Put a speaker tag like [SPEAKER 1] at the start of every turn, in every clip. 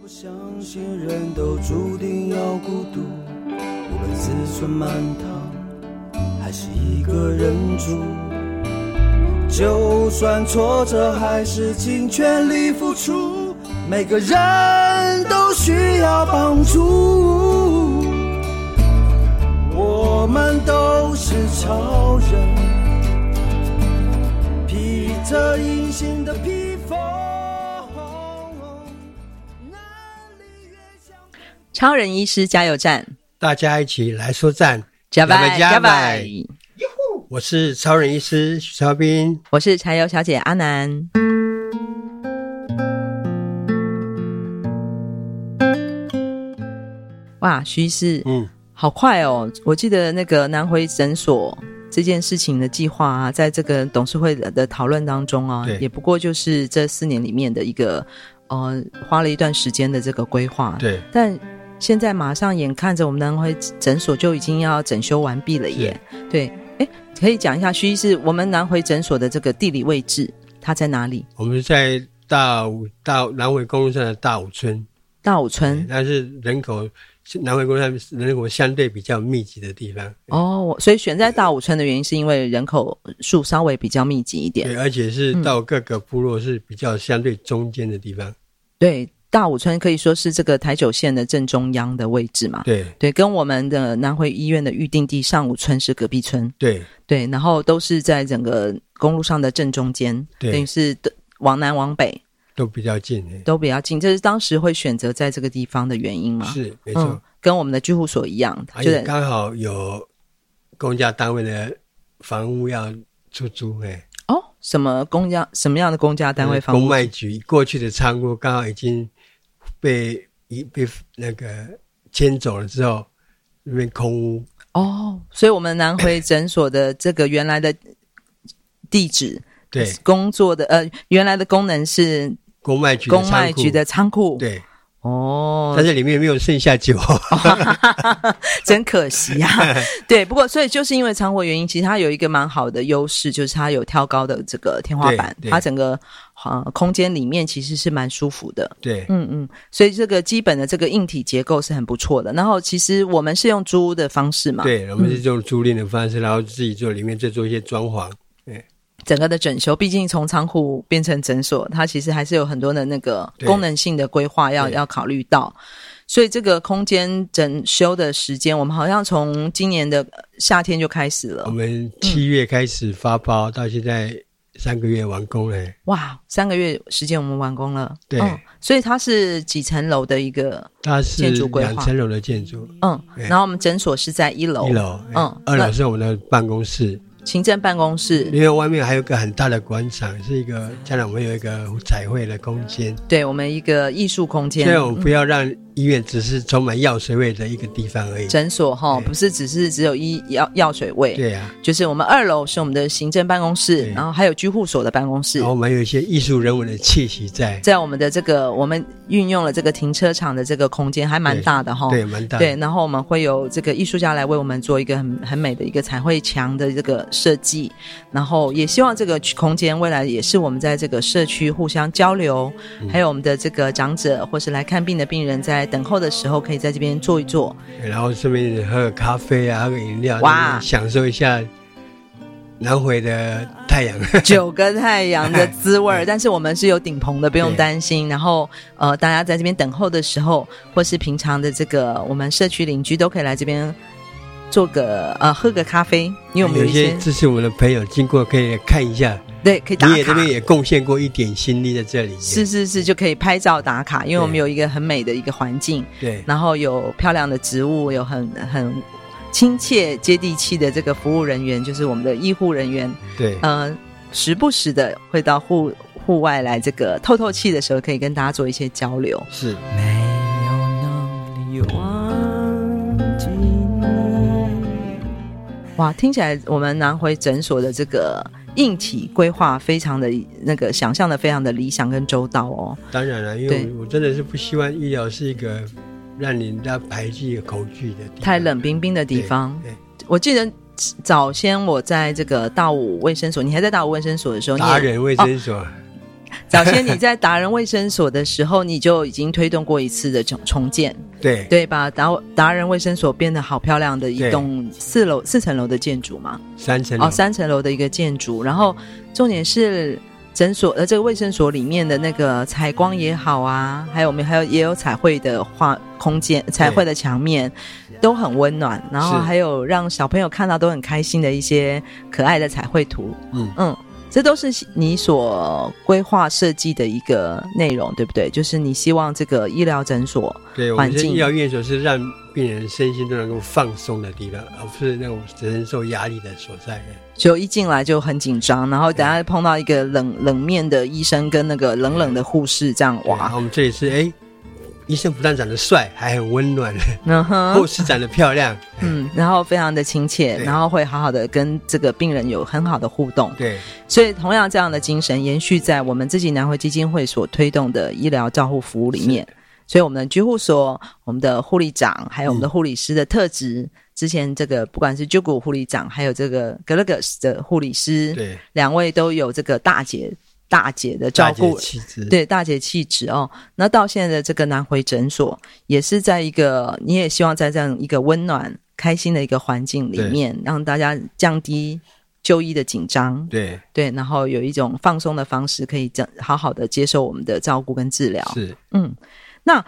[SPEAKER 1] 不相信人都注定要孤独，无论自尊满堂，还是一个人住。就算挫折，还是尽全力付出。每个人都需要帮助，我们都是超人，披着隐形的披风。哪里越想
[SPEAKER 2] 超人医师加油站，
[SPEAKER 3] 大家一起来说赞，
[SPEAKER 2] 加
[SPEAKER 3] 拜
[SPEAKER 2] 拜
[SPEAKER 3] 加
[SPEAKER 2] 加
[SPEAKER 3] 拜
[SPEAKER 2] 拜！
[SPEAKER 3] 我是超人医师许超斌，
[SPEAKER 2] 我是柴油小姐阿南。哇，徐医师，
[SPEAKER 3] 嗯，
[SPEAKER 2] 好快哦！我记得那个南回诊所这件事情的计划啊，在这个董事会的的讨论当中啊
[SPEAKER 3] 对，
[SPEAKER 2] 也不过就是这四年里面的一个呃，花了一段时间的这个规划。，
[SPEAKER 3] 对，
[SPEAKER 2] 但现在马上眼看着我们南回诊所就已经要整修完毕了耶。对，哎，可以讲一下徐医师，我们南回诊所的这个地理位置，它在哪里？
[SPEAKER 3] 我们在大武大南回公路上的大武村，
[SPEAKER 2] 大武村。
[SPEAKER 3] 那是人口南回公路上人口相对比较密集的地方，
[SPEAKER 2] 哦，我所以选在大武村的原因是因为人口数稍微比较密集一点。
[SPEAKER 3] 对，而且是
[SPEAKER 2] 嗯
[SPEAKER 3] 到各个部落是比较相对中间的地方，
[SPEAKER 2] 对，大武村可以说是这个台九线的正中央的位置嘛。
[SPEAKER 3] 对
[SPEAKER 2] 对，跟我们的南回医院的预定地上武村是隔壁村，
[SPEAKER 3] 对
[SPEAKER 2] 对，然后都是在整个公路上的正中间，
[SPEAKER 3] 对
[SPEAKER 2] 等于是的往南往北
[SPEAKER 3] 都比较近，哎
[SPEAKER 2] 都比较近，这是当时会选择在这个地方的原因吗？，
[SPEAKER 3] 是没
[SPEAKER 2] 没
[SPEAKER 3] 错，
[SPEAKER 2] 跟我们的居护所一样，
[SPEAKER 3] 而
[SPEAKER 2] 嗯就
[SPEAKER 3] 且
[SPEAKER 2] 在
[SPEAKER 3] 刚好有公家单位的房屋要出租，哎。
[SPEAKER 2] 哦，什么公家什么样的公家单位房
[SPEAKER 3] 嗯公
[SPEAKER 2] 屋？
[SPEAKER 3] 卖局过去的仓库刚好已经被一被那个迁走了之后，那边空屋，
[SPEAKER 2] 哦，所以我们南回诊所的这个原来的地址，
[SPEAKER 3] 对，
[SPEAKER 2] 工作的呃原来的功能是
[SPEAKER 3] 公卖局的仓
[SPEAKER 2] 公
[SPEAKER 3] 库
[SPEAKER 2] 卖局的仓库。，
[SPEAKER 3] 对，
[SPEAKER 2] 哦
[SPEAKER 3] 但，是里面没有剩下酒，
[SPEAKER 2] 真可惜呀、 对，不过所以就是因为仓库的原因，其实它有一个蛮好的优势，就是它有挑高的这个天花板
[SPEAKER 3] 对，对
[SPEAKER 2] 它整个呃空间里面其实是蛮舒服的。
[SPEAKER 3] 对，
[SPEAKER 2] 嗯嗯，所以这个基本的这个硬体结构是很不错的。然后其实我们是用租屋的方式嘛，
[SPEAKER 3] 对，我们是用租赁的方式，然后自己做里面再做一些装
[SPEAKER 2] 哦
[SPEAKER 3] 潢，
[SPEAKER 2] 整个的整修，毕竟从仓库变成诊所，它其实还是有很多的那个
[SPEAKER 3] 对
[SPEAKER 2] 功能性的规划要
[SPEAKER 3] 对
[SPEAKER 2] 要考虑到。所以这个空间整修的时间，我们好像从今年的呃夏天就开始
[SPEAKER 3] 我
[SPEAKER 2] 了。
[SPEAKER 3] 们七月开始发包，到现在三个月完工了，
[SPEAKER 2] 哇，三个月时间我们完工了。
[SPEAKER 3] 对
[SPEAKER 2] 嗯，所以它是几层楼的一个，
[SPEAKER 3] 它是
[SPEAKER 2] 建筑规划
[SPEAKER 3] 两层楼的建筑，
[SPEAKER 2] 嗯，
[SPEAKER 3] 对
[SPEAKER 2] 然后我们诊所是在一楼，
[SPEAKER 3] 一楼，
[SPEAKER 2] 嗯
[SPEAKER 3] 二楼
[SPEAKER 2] 那
[SPEAKER 3] 是我们的办公室，
[SPEAKER 2] 行政办公室，
[SPEAKER 3] 因为外面还有一个很大的广场，是一个将来我们有一个彩绘的空间，
[SPEAKER 2] 对我们一个艺术空间
[SPEAKER 3] 所以。我们不要让医院只是充满药水味的一个地方而已。
[SPEAKER 2] 诊所哈，
[SPEAKER 3] 对
[SPEAKER 2] 不是只是只有医药药水味，
[SPEAKER 3] 对啊，
[SPEAKER 2] 就是我们二楼是我们的行政办公室，
[SPEAKER 3] 对哦
[SPEAKER 2] 然后还有居护所的办公室
[SPEAKER 3] 然后。我们有一些艺术人文的气息在，
[SPEAKER 2] 在我们的这个，我们运用了这个停车场的这个空间，还蛮大的哈。
[SPEAKER 3] 对，蛮大。
[SPEAKER 2] 对，然后我们会有这个艺术家来为我们做一个很很美的一个彩绘墙的这个设计，然后也希望这个空间未来也是我们在这个社区互相交流，
[SPEAKER 3] 嗯
[SPEAKER 2] 还有我们的这个长者或是来看病的病人在等候的时候，可以在这边坐一坐。
[SPEAKER 3] 对，然后顺便喝个咖啡啊，喝个饮料，
[SPEAKER 2] 哇
[SPEAKER 3] 就是享受一下南回的太阳。
[SPEAKER 2] 九个太阳的滋味儿，但是我们是有顶棚的，不用
[SPEAKER 3] 哎对
[SPEAKER 2] 担心。然后呃，大家在这边等候的时候，或是平常的这个我们社区邻居都可以来这边做个呃喝个咖啡，因为我们有
[SPEAKER 3] 哎有
[SPEAKER 2] 一
[SPEAKER 3] 些
[SPEAKER 2] 些
[SPEAKER 3] 支持我们的朋友经过可以看一下，
[SPEAKER 2] 对可以打
[SPEAKER 3] 你也这
[SPEAKER 2] 卡。
[SPEAKER 3] 边也贡献过一点心力在这里。
[SPEAKER 2] 是，是是，就可以拍照打卡，因为我们
[SPEAKER 3] 对
[SPEAKER 2] 有一个很美的一个环境，
[SPEAKER 3] 对，
[SPEAKER 2] 然后有漂亮的植物，有很很亲切接地气的这个服务人员，就是我们的医护人员，
[SPEAKER 3] 对，
[SPEAKER 2] 嗯，时不时的会到户户外来这个透透气的时候，可以跟大家做一些交流。
[SPEAKER 3] 是。
[SPEAKER 1] 没有能力忘记你。
[SPEAKER 2] 哇，听起来我们南回诊所的这个硬体规划非常的那个想象的非常的理想跟周到哦。
[SPEAKER 3] 当然了，因为
[SPEAKER 2] 对
[SPEAKER 3] 我我真的是不希望医疗是一个让人家排斥、恐惧的地方
[SPEAKER 2] 太冷冰冰的地方，
[SPEAKER 3] 对
[SPEAKER 2] 我记得早先我在这个大武卫生所，你还在大武卫生所的时候，
[SPEAKER 3] 达
[SPEAKER 2] 你也
[SPEAKER 3] 人卫生所，
[SPEAKER 2] 早先你在达人卫生所的时候，你就已经推动过一次的重重建，
[SPEAKER 3] 对
[SPEAKER 2] 对吧？达达人卫生所变得好漂亮的一
[SPEAKER 3] 对
[SPEAKER 2] 栋四楼四层楼的建筑嘛，
[SPEAKER 3] 三层
[SPEAKER 2] 哦，
[SPEAKER 3] 楼
[SPEAKER 2] 三层楼的一个建筑，然后重点是诊所呃这个卫生所里面的那个采光也好啊，还有我们还有也有彩绘的画空间、彩绘的墙面都很温暖，然后
[SPEAKER 3] 是
[SPEAKER 2] 还有让小朋友看到都很开心的一些可爱的彩绘图，
[SPEAKER 3] 嗯
[SPEAKER 2] 这都是你所规划设计的一个内容，对不对？就是你希望这个医疗诊所
[SPEAKER 3] 对，我
[SPEAKER 2] 环
[SPEAKER 3] 们这
[SPEAKER 2] 境
[SPEAKER 3] 医疗院所是让病人身心都能够放松的地方，而不是那种承受压力的所在。
[SPEAKER 2] 就一进来就很紧张，然后等下碰到一个冷冷面的医生跟那个冷冷的护士，这样
[SPEAKER 3] 哇，然
[SPEAKER 2] 哇
[SPEAKER 3] 后，我们这里是哎，医生不但长得帅，还很 温暖，
[SPEAKER 2] 嗯哼，
[SPEAKER 3] 护士长得漂亮，
[SPEAKER 2] 嗯，然后非常的亲切，
[SPEAKER 3] 对
[SPEAKER 2] 然后会好好的跟这个病人有很好的互动。
[SPEAKER 3] 对
[SPEAKER 2] 所以，同样这样的精神延续在我们自己南回基金会所推动的医疗照护服务里面。所以，我们的居护所、我们的护理长，还有我们的护理师的特质，
[SPEAKER 3] 嗯
[SPEAKER 2] 之前这个不管是旧谷护理长，还有这个格勒格斯的护理师，
[SPEAKER 3] 对，
[SPEAKER 2] 两位都有这个大姐大姐的
[SPEAKER 3] 大
[SPEAKER 2] 照
[SPEAKER 3] 姐
[SPEAKER 2] 顾
[SPEAKER 3] 气质，
[SPEAKER 2] 对大姐气质哦。那到现在的这个南回诊所，也是在一个你也希望在这样一个温暖、开心的一个环境里面，让大家降低就医的紧张，
[SPEAKER 3] 对
[SPEAKER 2] 对，然后有一种放松的方式，可以这样好好的接受我们的照顾跟治疗。
[SPEAKER 3] 是
[SPEAKER 2] 嗯，那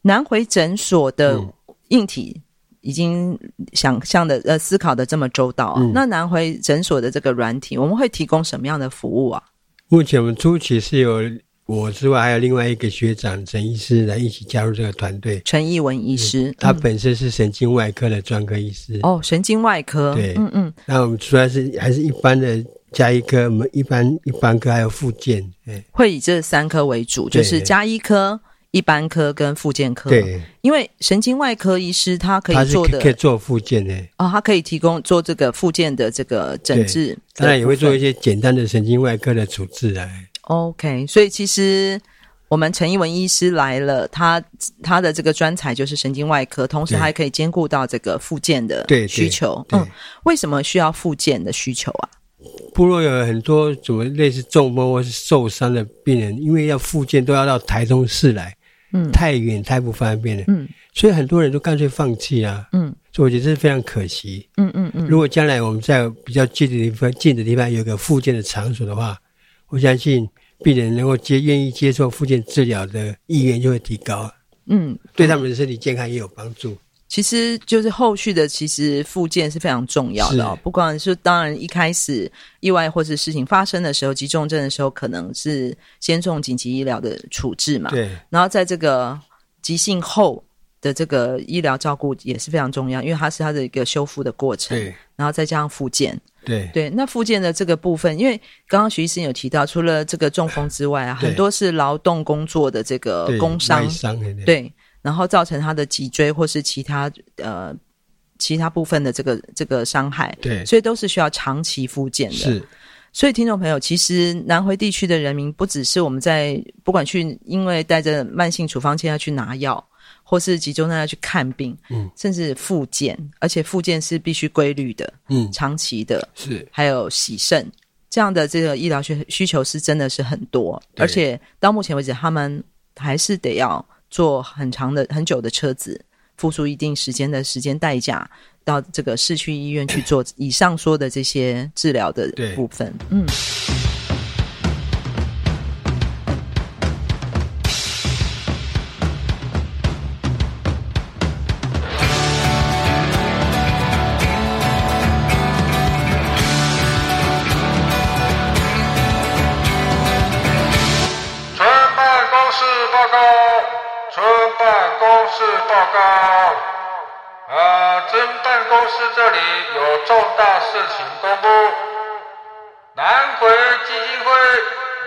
[SPEAKER 2] 南回诊所的
[SPEAKER 3] 嗯
[SPEAKER 2] 硬体。已经想象的呃思考的这么周到、啊，
[SPEAKER 3] 嗯
[SPEAKER 2] 那南回诊所的这个软体，我们会提供什么样的服务啊？
[SPEAKER 3] 目前我们初期是有我之外，还有另外一个学长陈医师来一起加入这个团队。
[SPEAKER 2] 陈义文医师，
[SPEAKER 3] 他
[SPEAKER 2] 嗯
[SPEAKER 3] 本身是神经外科的专科医师，
[SPEAKER 2] 哦，神经外科，
[SPEAKER 3] 对
[SPEAKER 2] 嗯嗯，
[SPEAKER 3] 那我们主要是还是一般的加医科，我们一般一般科还有附件，哎，
[SPEAKER 2] 会以这三科为主，
[SPEAKER 3] 对
[SPEAKER 2] 就是加医科、一般科跟复健科。，
[SPEAKER 3] 对，
[SPEAKER 2] 因为神经外科医师他嗯可
[SPEAKER 3] 他
[SPEAKER 2] 以
[SPEAKER 3] 是
[SPEAKER 2] 做
[SPEAKER 3] 可
[SPEAKER 2] 的
[SPEAKER 3] 以可以做附件的，
[SPEAKER 2] 哦，他可以提供做这个复健的这个诊治的部分，
[SPEAKER 3] 当然也会做一些简单的神经外科的处置啊，哎
[SPEAKER 2] OK，所以其实。我们陈一文医师来了，他他的这个专才就是神经外科，同时
[SPEAKER 3] 对
[SPEAKER 2] 还可以兼顾到这个复健的
[SPEAKER 3] 对对
[SPEAKER 2] 需求。
[SPEAKER 3] 对
[SPEAKER 2] 嗯，为什么需要复健的需求啊？
[SPEAKER 3] 部落有很多什么类似中风或是受伤的病人，因为要复健都要到台中市来，
[SPEAKER 2] 嗯
[SPEAKER 3] 太远太不方便了，
[SPEAKER 2] 嗯
[SPEAKER 3] 所以很多人都干脆放弃啊，
[SPEAKER 2] 嗯
[SPEAKER 3] 所以我觉得这是非常可惜。
[SPEAKER 2] 嗯嗯嗯，
[SPEAKER 3] 如果将来我们在比较近的地方、近的地方有一个复健的场所的话，我相信病人能够接愿意接受复健治疗的意愿就会提高，
[SPEAKER 2] 嗯，
[SPEAKER 3] 对他们的身体健康也有帮助。
[SPEAKER 2] 其实就是后续的，其实复健是非常重要的、哦
[SPEAKER 3] 是。
[SPEAKER 2] 不管是当然一开始意外或是事情发生的时候，急重症的时候，可能是先送紧急医疗的处置嘛。
[SPEAKER 3] 对
[SPEAKER 2] 然后在这个急性后的这个医疗照顾也是非常重要，因为它是它的一个修复的过程。
[SPEAKER 3] 对
[SPEAKER 2] 然后再加上复健，
[SPEAKER 3] 对
[SPEAKER 2] 对，那复健的这个部分，因为刚刚徐医生有提到，除了这个中风之外啊，
[SPEAKER 3] 对
[SPEAKER 2] 很多是劳动工作的这个
[SPEAKER 3] 对，
[SPEAKER 2] 呃工伤
[SPEAKER 3] 外伤对
[SPEAKER 2] 对，然后造成他的脊椎或是其他呃其他部分的这个这个伤害，
[SPEAKER 3] 对
[SPEAKER 2] 所以都是需要长期复健的。
[SPEAKER 3] 是
[SPEAKER 2] 所以听众朋友，其实南回地区的人民不只是我们在不管去因为带着慢性处方签要去拿药，或是集中症要去看病，
[SPEAKER 3] 嗯，
[SPEAKER 2] 甚至复健，而且复健是必须规律的、
[SPEAKER 3] 嗯
[SPEAKER 2] 长期的，
[SPEAKER 3] 是
[SPEAKER 2] 还有洗肾这样的这个医疗需需求是真的是很多，
[SPEAKER 3] 对
[SPEAKER 2] 而且到目前为止，他们还是得要坐很长的、很久的车子，付出一定时间的时间代价，到这个市区医院去做 以上说的这些治疗的
[SPEAKER 3] 对
[SPEAKER 2] 部分。嗯。
[SPEAKER 4] 村办公室报告，村办公室报告。呃，村办公室这里有重大事情公布。南回基金会、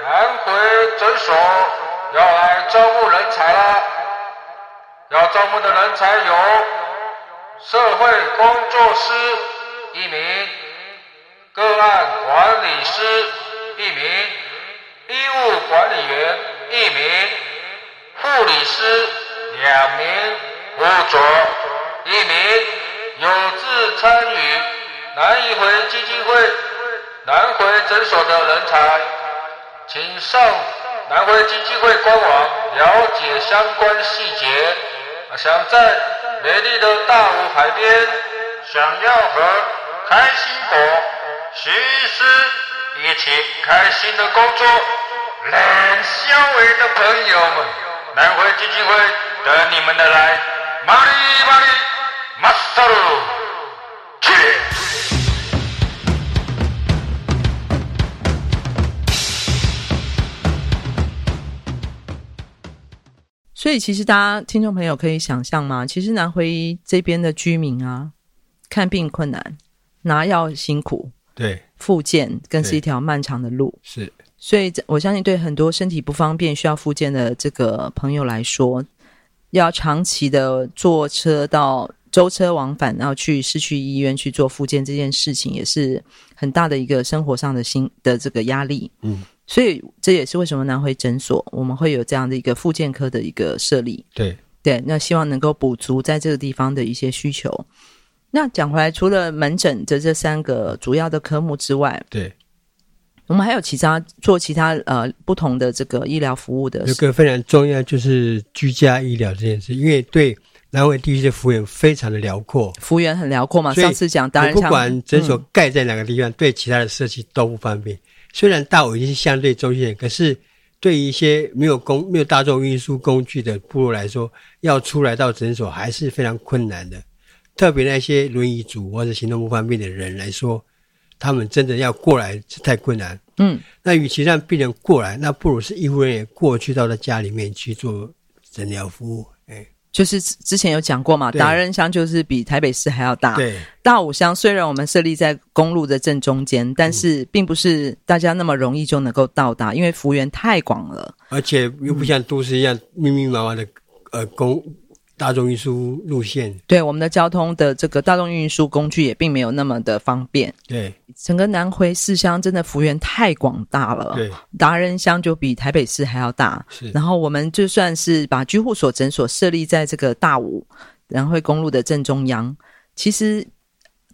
[SPEAKER 4] 南回诊所要来招募人才啦。要招募的人才有社会工作师一名，个案管理师一名，医务管理员一名，护理师两名，辅佐一名，有志参与南一回基金会、南回诊所的人才。请上南汇基金会官网了解相关细节。啊想在美丽的大武海边，想要和开心果、徐医师一起开心的工作，冷消维的朋友们，南汇基金会等你们的来。玛丽玛丽，马萨鲁，去！
[SPEAKER 2] 所以其实大家听众朋友可以想象吗？其实南回这边的居民啊，看病困难，拿药辛苦，
[SPEAKER 3] 对，
[SPEAKER 2] 复健更是
[SPEAKER 3] 对
[SPEAKER 2] 一条漫长的路。
[SPEAKER 3] 是
[SPEAKER 2] 所以这我相信，对很多身体不方便需要复健的这个朋友来说，要长期的坐车到舟车往返，然后去市区医院去做复健这件事情，也是很大的一个生活上的心的这个压力。
[SPEAKER 3] 嗯，
[SPEAKER 2] 所以这也是为什么南回诊所我们会有这样的一个复健科的一个设立。
[SPEAKER 3] 对，
[SPEAKER 2] 对，那希望能够补足在这个地方的一些需求。那讲回来，除了门诊的这三个主要的科目之外，
[SPEAKER 3] 对，
[SPEAKER 2] 我们还有其他做其他呃不同的这个医疗服务的
[SPEAKER 3] 有个非常重要就是居家医疗这件事，因为对南回地区的幅员非常的辽阔，
[SPEAKER 2] 幅员很辽阔嘛。
[SPEAKER 3] 所以
[SPEAKER 2] 啊上次讲达人
[SPEAKER 3] 你不
[SPEAKER 2] 像
[SPEAKER 3] 管诊所
[SPEAKER 2] 嗯
[SPEAKER 3] 盖在哪个地方，对其他的社区都不方便。虽然大武已经是相对中心点，可是对于一些没有公没有大众运输工具的部落来说，要出来到诊所还是非常困难的。特别那些轮椅族或者行动不方便的人来说，他们真的要过来是太困难。
[SPEAKER 2] 嗯，
[SPEAKER 3] 那与其让病人过来，那不如是医护人员过去到他家里面去做诊疗服务。哎，
[SPEAKER 2] 就是之之前有讲过嘛，
[SPEAKER 3] 对
[SPEAKER 2] 达人乡就是比台北市还要大。
[SPEAKER 3] 对，
[SPEAKER 2] 大武乡虽然我们设立在公路的正中间，
[SPEAKER 3] 嗯
[SPEAKER 2] 但是并不是大家那么容易就能够到达，因为幅员太广了。
[SPEAKER 3] 而且又不像都市一样密密麻麻的呃公大众运输路线，
[SPEAKER 2] 对我们的交通的这个大众运输工具也并没有那么的方便。
[SPEAKER 3] 对
[SPEAKER 2] 整个南回四乡真的幅员太广大了，
[SPEAKER 3] 对
[SPEAKER 2] 达人乡就比台北市还要大。
[SPEAKER 3] 是
[SPEAKER 2] 然后我们就算是把居护所诊所设立在这个大武南汇公路的正中央，其实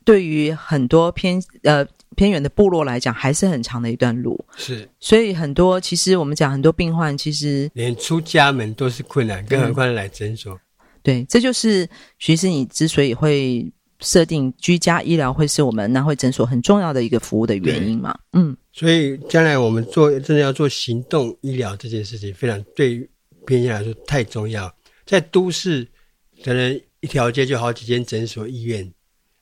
[SPEAKER 2] 对于很多偏呃偏远的部落来讲，还是很长的一段路。
[SPEAKER 3] 是，
[SPEAKER 2] 所以很多其实我们讲很多病患，其实
[SPEAKER 3] 连出家门都是困难，更何况来诊所？
[SPEAKER 2] 对，这就是徐医师你之所以会设定居家医疗会是我们南汇诊所很重要的一个服务的原因嘛？嗯，
[SPEAKER 3] 所以将来我们做真的要做行动医疗这件事情，非常对于偏乡来说太重要。在都市，可能一条街就好几间诊所、医院，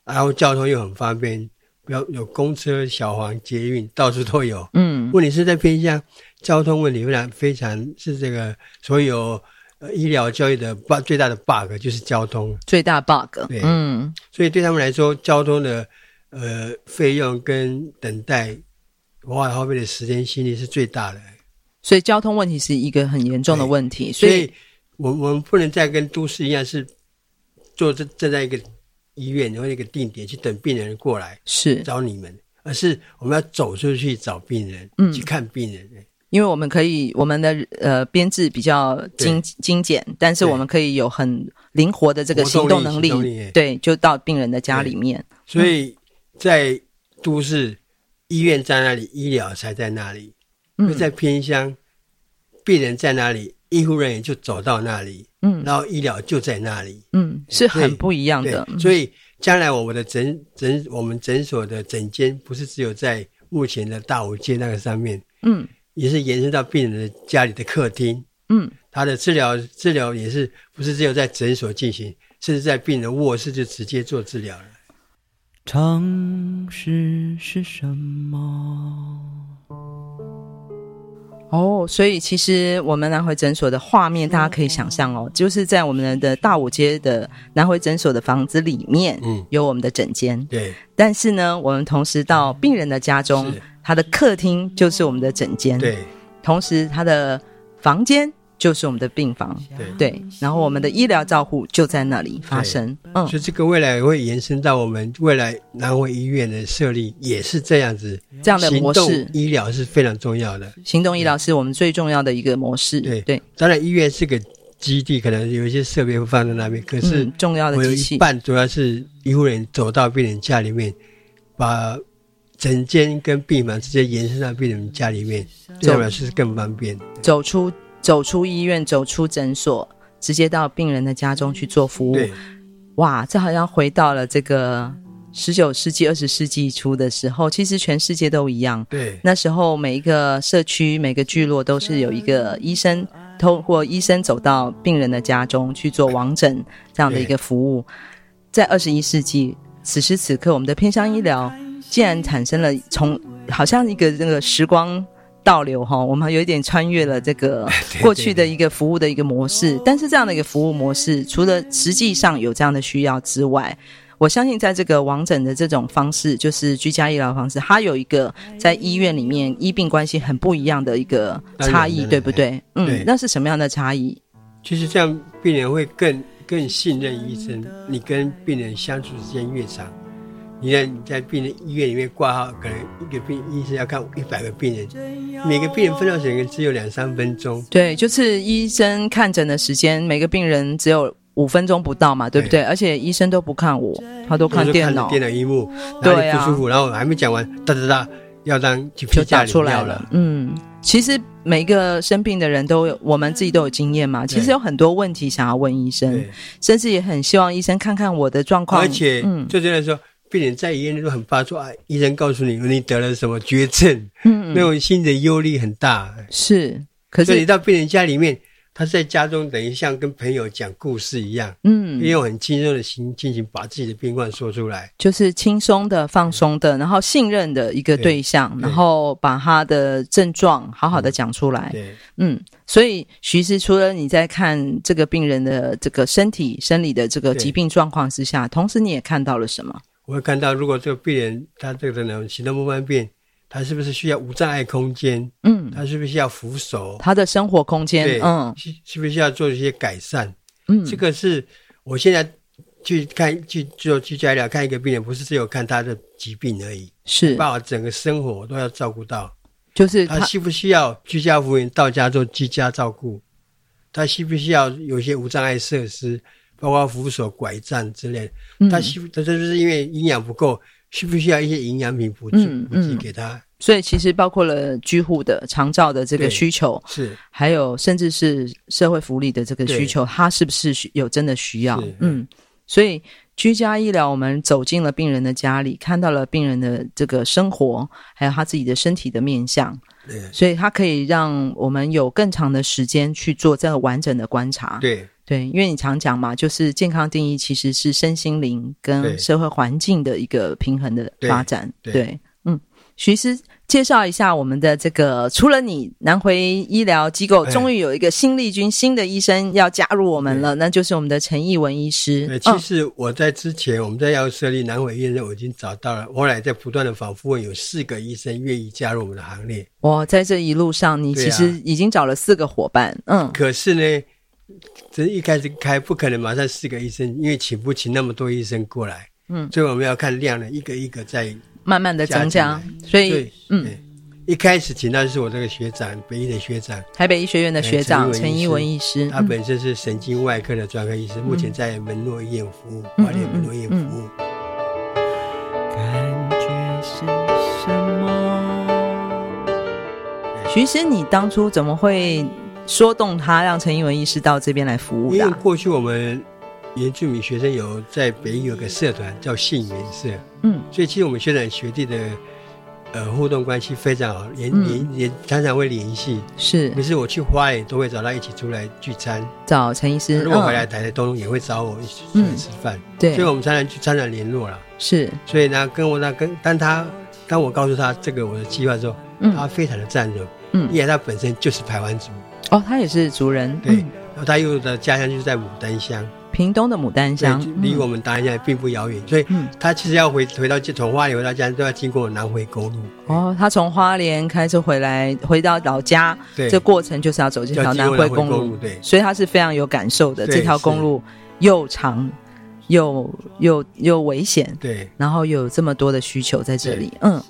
[SPEAKER 3] 然后交通又很方便，不要有公车、小黄、捷运，到处都有。
[SPEAKER 2] 嗯，
[SPEAKER 3] 问题是在偏向交通问题非常非常是这个所有呃医疗教育的 bug 最大的 bug 就是交通，
[SPEAKER 2] 最大 bug，
[SPEAKER 3] 对
[SPEAKER 2] 嗯，
[SPEAKER 3] 所以对他们来说，交通的呃费用跟等待花耗费的时间心力是最大的，
[SPEAKER 2] 所以交通问题是一个很严重的
[SPEAKER 3] 对
[SPEAKER 2] 问题，
[SPEAKER 3] 所
[SPEAKER 2] 所以
[SPEAKER 3] 以我我们不能再跟都市一样是坐这站在一个医院或者一个定点去等病人过来
[SPEAKER 2] 是
[SPEAKER 3] 找你们，而是我们要走出去找病人，
[SPEAKER 2] 嗯
[SPEAKER 3] 去看病人。哎
[SPEAKER 2] 因为我们可以我们的呃编制比较精精简，但是
[SPEAKER 3] 对
[SPEAKER 2] 我们可以有很灵活的这个行
[SPEAKER 3] 活
[SPEAKER 2] 动
[SPEAKER 3] 动力
[SPEAKER 2] 能
[SPEAKER 3] 行动力
[SPEAKER 2] 对，就到病人的家里面，
[SPEAKER 3] 所以在都市，医院在那里，医疗才在那里；
[SPEAKER 2] 嗯
[SPEAKER 3] 而在偏乡，病人在那里，医护人员就走到那里，
[SPEAKER 2] 嗯
[SPEAKER 3] 然后医疗就在那里。
[SPEAKER 2] 嗯，是很不一样
[SPEAKER 3] 对
[SPEAKER 2] 的，，嗯
[SPEAKER 3] 所以将来我们的诊诊我们诊所的诊间不是只有在目前的大五街那个上面，
[SPEAKER 2] 嗯
[SPEAKER 3] 也是延伸到病人的家里的客厅。
[SPEAKER 2] 嗯，
[SPEAKER 3] 他的治疗治疗也是不是只有在诊所进行，甚至在病人卧室就直接做治疗了。
[SPEAKER 1] 常识是什么？
[SPEAKER 2] 哦，所以其实我们南回诊所的画面，大家可以想象哦，就是在我们的大武街的南回诊所的房子里面，
[SPEAKER 3] 嗯
[SPEAKER 2] 有我们的诊间，
[SPEAKER 3] 对，
[SPEAKER 2] 但是呢，我们同时到病人的家中
[SPEAKER 3] 嗯是，
[SPEAKER 2] 他的客厅就是我们的诊间，
[SPEAKER 3] 对，
[SPEAKER 2] 同时他的房间就是我们的病房，
[SPEAKER 3] 对。
[SPEAKER 2] 对，然后我们的医疗照护就在那里发生，嗯
[SPEAKER 3] 所，以这个未来会延伸到我们未来南回医院的设立也是这样子，
[SPEAKER 2] 这样的模
[SPEAKER 3] 行
[SPEAKER 2] 式
[SPEAKER 3] 动，医疗是非常重要的。
[SPEAKER 2] 行动医疗是我们最重要的一个模式，嗯
[SPEAKER 3] 对
[SPEAKER 2] 对，
[SPEAKER 3] 当然，医院是个基地，可能有一些设备会放在那边，可是
[SPEAKER 2] 嗯，重要
[SPEAKER 3] 我
[SPEAKER 2] 的
[SPEAKER 3] 有
[SPEAKER 2] 机
[SPEAKER 3] 一
[SPEAKER 2] 器，
[SPEAKER 3] 半主要是医护人员走到病人家里面，把诊间跟病房直接延伸到病人家里面，对他们来说是更方便。
[SPEAKER 2] 走出走出医院，走出诊所，直接到病人的家中去做服务。
[SPEAKER 3] 对，
[SPEAKER 2] 哇，这好像回到了这个十九世纪、二十世纪初的时候，其实全世界都一样。
[SPEAKER 3] 对，
[SPEAKER 2] 那时候每一个社区、每个聚落都是有一个医生，透过医生走到病人的家中去做网诊这样的一个服务。在二十一世纪，此时此刻，我们的偏乡医疗竟然产生了从好像一个那个时光。倒流哈，我们有一点穿越了这个
[SPEAKER 3] 对
[SPEAKER 2] 过去的一个服务的一个模式，但是这样的一个服务模式，除了实际上有这样的需要之外，我相信在这个网诊的这种方式，就是居家医疗方式，它有一个在医院里面医病关系很不一样的一个差
[SPEAKER 3] 当然当
[SPEAKER 2] 异，
[SPEAKER 3] 然
[SPEAKER 2] 对不对？嗯
[SPEAKER 3] 对，
[SPEAKER 2] 那是什么样的差异？
[SPEAKER 3] 其实这样病人会更更信任医生。你跟病人相处时间越长，你在你在病人医院里面挂号，可能一个病医生要看一百个病人，每个病人分到时间只有两三分钟。
[SPEAKER 2] 对，就是医生看诊的时间，每个病人只有五分钟不到嘛，对不对？而且医生都不看我，他都
[SPEAKER 3] 我
[SPEAKER 2] 看
[SPEAKER 3] 就
[SPEAKER 2] 电
[SPEAKER 3] 着
[SPEAKER 2] 脑，
[SPEAKER 3] 电脑荧幕，哪
[SPEAKER 2] 对
[SPEAKER 3] 里
[SPEAKER 2] 啊
[SPEAKER 3] 不舒服，然后还没讲完，哒哒哒，药单就
[SPEAKER 2] 就
[SPEAKER 3] 批
[SPEAKER 2] 打
[SPEAKER 3] 下里
[SPEAKER 2] 出来
[SPEAKER 3] 要
[SPEAKER 2] 了
[SPEAKER 3] 了。。
[SPEAKER 2] 嗯，其实每一个生病的人都有，我们自己都有经验嘛。其实有很多问题想要问医生
[SPEAKER 3] 对，，
[SPEAKER 2] 甚至也很希望医生看看我的状况。嗯
[SPEAKER 3] 而且最重要的是说，病人在医院都很发作啊，医生告诉你你得了什么绝症，
[SPEAKER 2] 嗯
[SPEAKER 3] 那种心理的忧虑很大。
[SPEAKER 2] 是，可
[SPEAKER 3] 所以你
[SPEAKER 2] 是
[SPEAKER 3] 到病人家里面，他是在家中等于像跟朋友讲故事一样，
[SPEAKER 2] 嗯，
[SPEAKER 3] 用很轻松的心心情把自己的病况说出来。
[SPEAKER 2] 就是轻松的、放松的，然后信任的一个对象，
[SPEAKER 3] 对
[SPEAKER 2] 然后把他的症状好好的讲出来。
[SPEAKER 3] 对，
[SPEAKER 2] 嗯，所以其实除了你在看这个病人的这个身体生理的这个
[SPEAKER 3] 对
[SPEAKER 2] 疾病状况之下，同时你也看到了什么？
[SPEAKER 3] 我会看到，如果这个病人他这个呢行动不方便，他是不是需要无障碍空间？
[SPEAKER 2] 嗯，
[SPEAKER 3] 他是不是需要扶手？
[SPEAKER 2] 他的生活空间
[SPEAKER 3] 对，，
[SPEAKER 2] 嗯
[SPEAKER 3] 是是不是要做一些改善？
[SPEAKER 2] 嗯，
[SPEAKER 3] 这个是我现在去看去做居家医疗看一个病人，不是只有看他的疾病而已，
[SPEAKER 2] 是，
[SPEAKER 3] 把我整个生活都要照顾到。
[SPEAKER 2] 就是
[SPEAKER 3] 他
[SPEAKER 2] 他
[SPEAKER 3] 啊需不需要居家服务员到家做居家照顾？他需不需要有一些无障碍设施，包括扶手、拐杖之类的？
[SPEAKER 2] 嗯
[SPEAKER 3] 他需他是不是因为营养不够，需不需要一些营养品补助
[SPEAKER 2] 嗯
[SPEAKER 3] 补给
[SPEAKER 2] 嗯
[SPEAKER 3] 给他？
[SPEAKER 2] 所以其实包括了居户的长照的这个
[SPEAKER 3] 对
[SPEAKER 2] 需求，
[SPEAKER 3] 是
[SPEAKER 2] 还有甚至是社会福利的这个需
[SPEAKER 3] 对
[SPEAKER 2] 求，他是不是需有真的需要
[SPEAKER 3] 是？
[SPEAKER 2] 嗯，所以居家医疗，我们走进了病人的家里，看到了病人的这个生活，还有他自己的身体的面相，
[SPEAKER 3] 对
[SPEAKER 2] 所以它可以让我们有更长的时间去做这个完整的观察。
[SPEAKER 3] 对
[SPEAKER 2] 对，因为你常讲嘛，就是健康定义其实是身心灵跟
[SPEAKER 3] 对
[SPEAKER 2] 社会环境的一个平衡的发展。
[SPEAKER 3] 对
[SPEAKER 2] 嗯，徐医师介绍一下我们的这个，除了你南回医疗机构，
[SPEAKER 3] 哎
[SPEAKER 2] 终于有一个新力军新的医生要加入我们
[SPEAKER 3] 对
[SPEAKER 2] 了，那就是我们的陈义文医师。
[SPEAKER 3] 呃，
[SPEAKER 2] 嗯
[SPEAKER 3] 其实我在之前我们在要设立南回医院的时候，我已经找到了，后来在不断的反复问，有四个医生愿意加入我们的行列。
[SPEAKER 2] 哇，在这一路上，你
[SPEAKER 3] 对
[SPEAKER 2] 其
[SPEAKER 3] 啊
[SPEAKER 2] 实已经找了四个伙伴。嗯，
[SPEAKER 3] 可是呢，这一开始开不可能马上四个医生，因为请不起那么多医生过来，
[SPEAKER 2] 嗯
[SPEAKER 3] 所以我们要看量的，一个一个在
[SPEAKER 2] 慢慢的增加
[SPEAKER 3] 加进，
[SPEAKER 2] 所以
[SPEAKER 3] 对，
[SPEAKER 2] 嗯，
[SPEAKER 3] 对一开始请到的是我这个学长，北医的学长，
[SPEAKER 2] 台北医学院的
[SPEAKER 3] 哎
[SPEAKER 2] 学长
[SPEAKER 3] 陈
[SPEAKER 2] 陈义
[SPEAKER 3] 义
[SPEAKER 2] 文
[SPEAKER 3] 文啊
[SPEAKER 2] 医师，嗯
[SPEAKER 3] 他本身是神经外科的专科医师，目前在门诺医院服务，
[SPEAKER 2] 嗯
[SPEAKER 3] 华联门诺医院服务。
[SPEAKER 1] 感觉是什么？
[SPEAKER 2] 徐医师，你当初怎么会说动他，让陈英文医师到这边来服务
[SPEAKER 3] 因
[SPEAKER 2] 的
[SPEAKER 3] 为
[SPEAKER 2] 啊、
[SPEAKER 3] 过去我们原住民学生有在北医有个社团叫信源社，
[SPEAKER 2] 嗯，
[SPEAKER 3] 所以其实我们学长学弟的呃互动关系非常好，联
[SPEAKER 2] 嗯
[SPEAKER 3] 联联常常会联系。
[SPEAKER 2] 是
[SPEAKER 3] 每次我去花莲都会找他一起出来聚餐，
[SPEAKER 2] 找陈医师，
[SPEAKER 3] 如果回来台东也会找我一起出来吃饭，所以
[SPEAKER 2] 嗯对，
[SPEAKER 3] 我们常常去常常联络了。
[SPEAKER 2] 是，
[SPEAKER 3] 所以呢，跟我那跟当他当我告诉他这个我的计划之后，他
[SPEAKER 2] 嗯，
[SPEAKER 3] 非常的赞同，
[SPEAKER 2] 嗯
[SPEAKER 3] 因为他本身就是排湾族，
[SPEAKER 2] 哦，他也是族人，
[SPEAKER 3] 对，
[SPEAKER 2] 嗯
[SPEAKER 3] 然后他又的家乡就是在牡丹乡，
[SPEAKER 2] 屏东的牡丹
[SPEAKER 3] 所以
[SPEAKER 2] 乡
[SPEAKER 3] 就，离
[SPEAKER 2] 嗯
[SPEAKER 3] 我们达乡并不遥远，所以
[SPEAKER 2] 嗯
[SPEAKER 3] 他其实要回回到从花莲回到家都要经过南回公路，
[SPEAKER 2] 哦，他从花莲开车回来，回到老家，
[SPEAKER 3] 对，
[SPEAKER 2] 这过程就是要走这条
[SPEAKER 3] 要经
[SPEAKER 2] 南
[SPEAKER 3] 过
[SPEAKER 2] 回
[SPEAKER 3] 南
[SPEAKER 2] 公
[SPEAKER 3] 公
[SPEAKER 2] 路，
[SPEAKER 3] 路，对，
[SPEAKER 2] 所以他是非常有感受的。
[SPEAKER 3] 对
[SPEAKER 2] 这条公路又长又又又危险，
[SPEAKER 3] 对，
[SPEAKER 2] 然后又有这么多的需求在这里，嗯，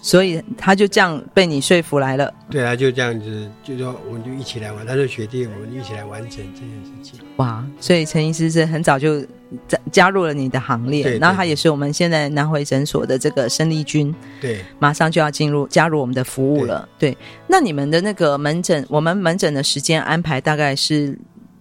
[SPEAKER 2] 所以他就这样被你说服来了。
[SPEAKER 3] 对啊，就这样子，就说我们就一起来玩，他说学弟，我们一起来完成这件事情。
[SPEAKER 2] 哇，所以陈医师是很早就加加入了你的行列，
[SPEAKER 3] 对对
[SPEAKER 2] 然后他也是我们现在南回诊所的这个生力军，
[SPEAKER 3] 对，
[SPEAKER 2] 马上就要进入加入我们的服务了。对，那你们的那个门诊，我们门诊的时间安排大概是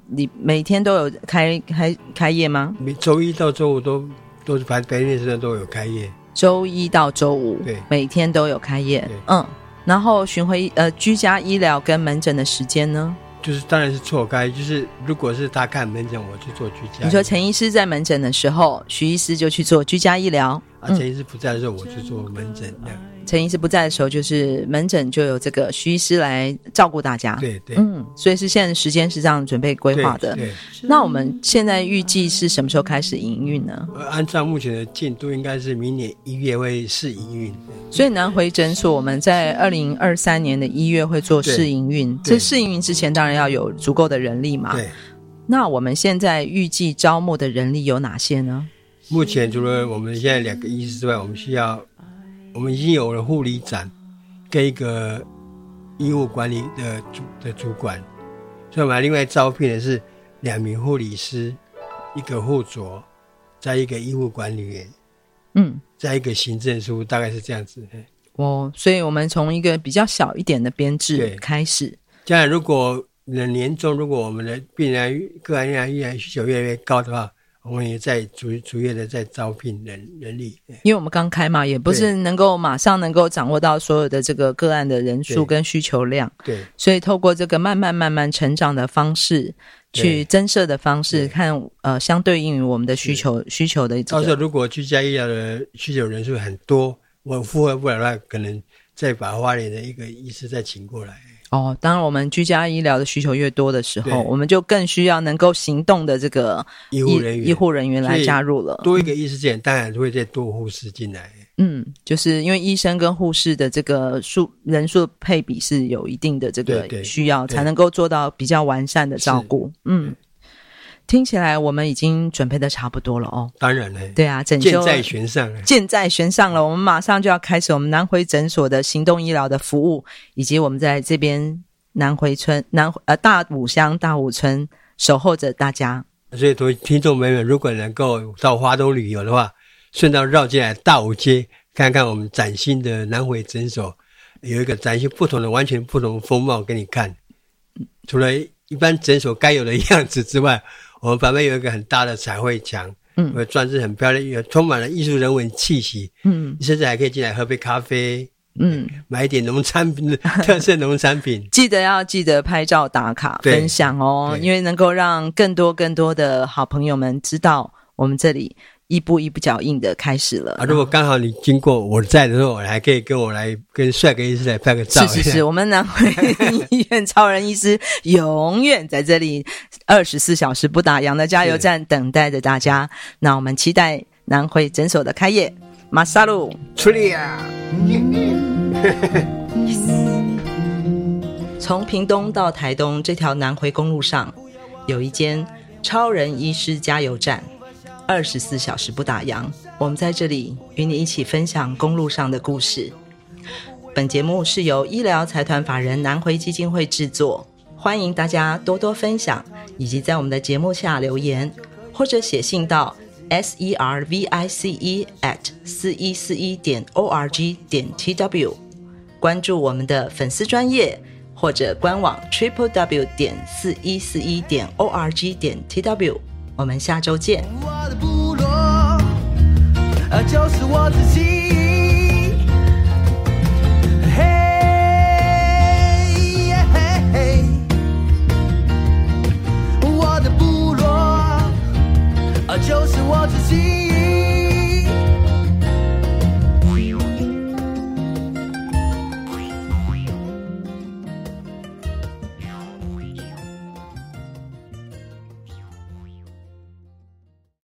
[SPEAKER 2] 你每天都有开开开业吗？
[SPEAKER 3] 每周一到周五都都是白白天时段都有开业。
[SPEAKER 2] 周一到周五，
[SPEAKER 3] 对
[SPEAKER 2] 每天都有开业
[SPEAKER 3] 对。
[SPEAKER 2] 嗯，然后巡回呃居家医疗跟门诊的时间呢？
[SPEAKER 3] 就是当然是错开，就是如果是他看门诊，我去做居家。
[SPEAKER 2] 你说陈医师在门诊的时候，徐医师就去做居家医疗。
[SPEAKER 3] 啊，陈医师不在的时候，我去做门诊这样。
[SPEAKER 2] 陈医师不在的时候，就是门诊就有这个徐医师来照顾大家。，
[SPEAKER 3] 对对
[SPEAKER 2] 嗯，所以是现在的时间是这样准备规
[SPEAKER 3] 对
[SPEAKER 2] 划的。
[SPEAKER 3] 对，
[SPEAKER 2] 那我们现在预计是什么时候开始营运呢？
[SPEAKER 3] 呃按照目前的进度，应该是明年一月会试营运。
[SPEAKER 2] 所以南回诊所我们在二零二三年的一月会做
[SPEAKER 3] 对
[SPEAKER 2] 试营运。
[SPEAKER 3] 对
[SPEAKER 2] 这试营运之前，当然要有足够的人力嘛。
[SPEAKER 3] 对，
[SPEAKER 2] 那我们现在预计招募的人力有哪些呢？
[SPEAKER 3] 目前除了我们现在两个医师之外，我们需要，我们已经有了护理长跟一个医务管理的主的主管，所以我们还另外招聘的是两名护理师，一个护佐，再一个医务管理员，
[SPEAKER 2] 嗯，
[SPEAKER 3] 再一个行政书，大概是这样子。嘿
[SPEAKER 2] 哦，所以我们从一个比较小一点的编制
[SPEAKER 3] 对
[SPEAKER 2] 开始。
[SPEAKER 3] 将来如果你的年终，如果我们的病人个案越来越需求越来越高的话，我们也在逐逐月的在招聘人人力。嘿
[SPEAKER 2] 因为我们刚开嘛，也不是
[SPEAKER 3] 对
[SPEAKER 2] 能够马上能够掌握到所有的这个个案的人数
[SPEAKER 3] 对
[SPEAKER 2] 跟需求量，
[SPEAKER 3] 对
[SPEAKER 2] 所以透过这个慢慢慢慢成长的方式，
[SPEAKER 3] 对
[SPEAKER 2] 去增设的方式，
[SPEAKER 3] 对哦
[SPEAKER 2] 看呃相对应于我们的需求需求的这
[SPEAKER 3] 到时候
[SPEAKER 2] 个。
[SPEAKER 3] 如果居家医疗的需求人数很多，我负荷不了的话，可能再把花莲的一个医师再请过来。
[SPEAKER 2] 哦，当然我们居家医疗的需求越多的时候，
[SPEAKER 3] 对
[SPEAKER 2] 我们就更需要能够行动的这个
[SPEAKER 3] 医护人员
[SPEAKER 2] 医护人员来
[SPEAKER 3] 所以
[SPEAKER 2] 加入了。
[SPEAKER 3] 多一个医师进来，当然会再多护士进来。
[SPEAKER 2] 嗯，就是因为医生跟护士的这个数人数配比是有一定的这个
[SPEAKER 3] 对对
[SPEAKER 2] 需要，
[SPEAKER 3] 对
[SPEAKER 2] 才能够做到比较完善的照顾。嗯，听起来我们已经准备的差不多了哦。
[SPEAKER 3] 当然了，
[SPEAKER 2] 对啊，整
[SPEAKER 3] 箭
[SPEAKER 2] 修
[SPEAKER 3] 在弦上。
[SPEAKER 2] 箭在弦上了，我们马上就要开始我们南回诊所的行动医疗的服务，以及我们在这边南回村南呃大武乡大武村守候着大家。
[SPEAKER 3] 所以，同听众朋友们，如果能够到花东旅游的话，顺道绕进来大武街，看看我们崭新的南回诊所，有一个崭新不同的、完全不同的风貌给你看。除了一般诊所该有的样子之外，我们旁边有一个很大的彩绘墙，
[SPEAKER 2] 嗯
[SPEAKER 3] 呃，装饰很漂亮，也充满了艺术人文气息。
[SPEAKER 2] 嗯
[SPEAKER 3] 你甚至还可以进来喝杯咖啡，
[SPEAKER 2] 嗯，
[SPEAKER 3] 买一点农产品、特色农产 品。
[SPEAKER 2] 记得要记得拍照打卡
[SPEAKER 3] 对
[SPEAKER 2] 分享哦，
[SPEAKER 3] 对
[SPEAKER 2] 因为能够让更多更多的好朋友们知道我们这里一步一步脚印的开始了。
[SPEAKER 3] 啊，如果刚好你经过我在的时候，还可以跟我来跟帅哥医师来拍个照
[SPEAKER 2] 是
[SPEAKER 3] 一下。
[SPEAKER 2] 是是，我们南回 医院超人医师永远在这里，二十四小时不打烊的加油站等待着大家。那我们期待南回诊所的开业，马萨路。
[SPEAKER 3] 出力啊！
[SPEAKER 2] 从屏东到台东这条南回公路上，有一间超人医师加油站，二十四小时不打烊。我们在这里与你一起分享公路上的故事。本节目是由医疗财团法人南回基金会制作，欢迎大家多多分享，以及在我们的节目下留言，或者写信到 s e r v i c e at 四一四一点 o r g 点 t w。关注我们的粉丝专业或者官网 triple w 点四一四一点 o r g 点 t w。我们下周见。
[SPEAKER 1] 我的部落，呃，就是我自己。嘿，耶嘿嘿，我的部落，呃，就是我自己。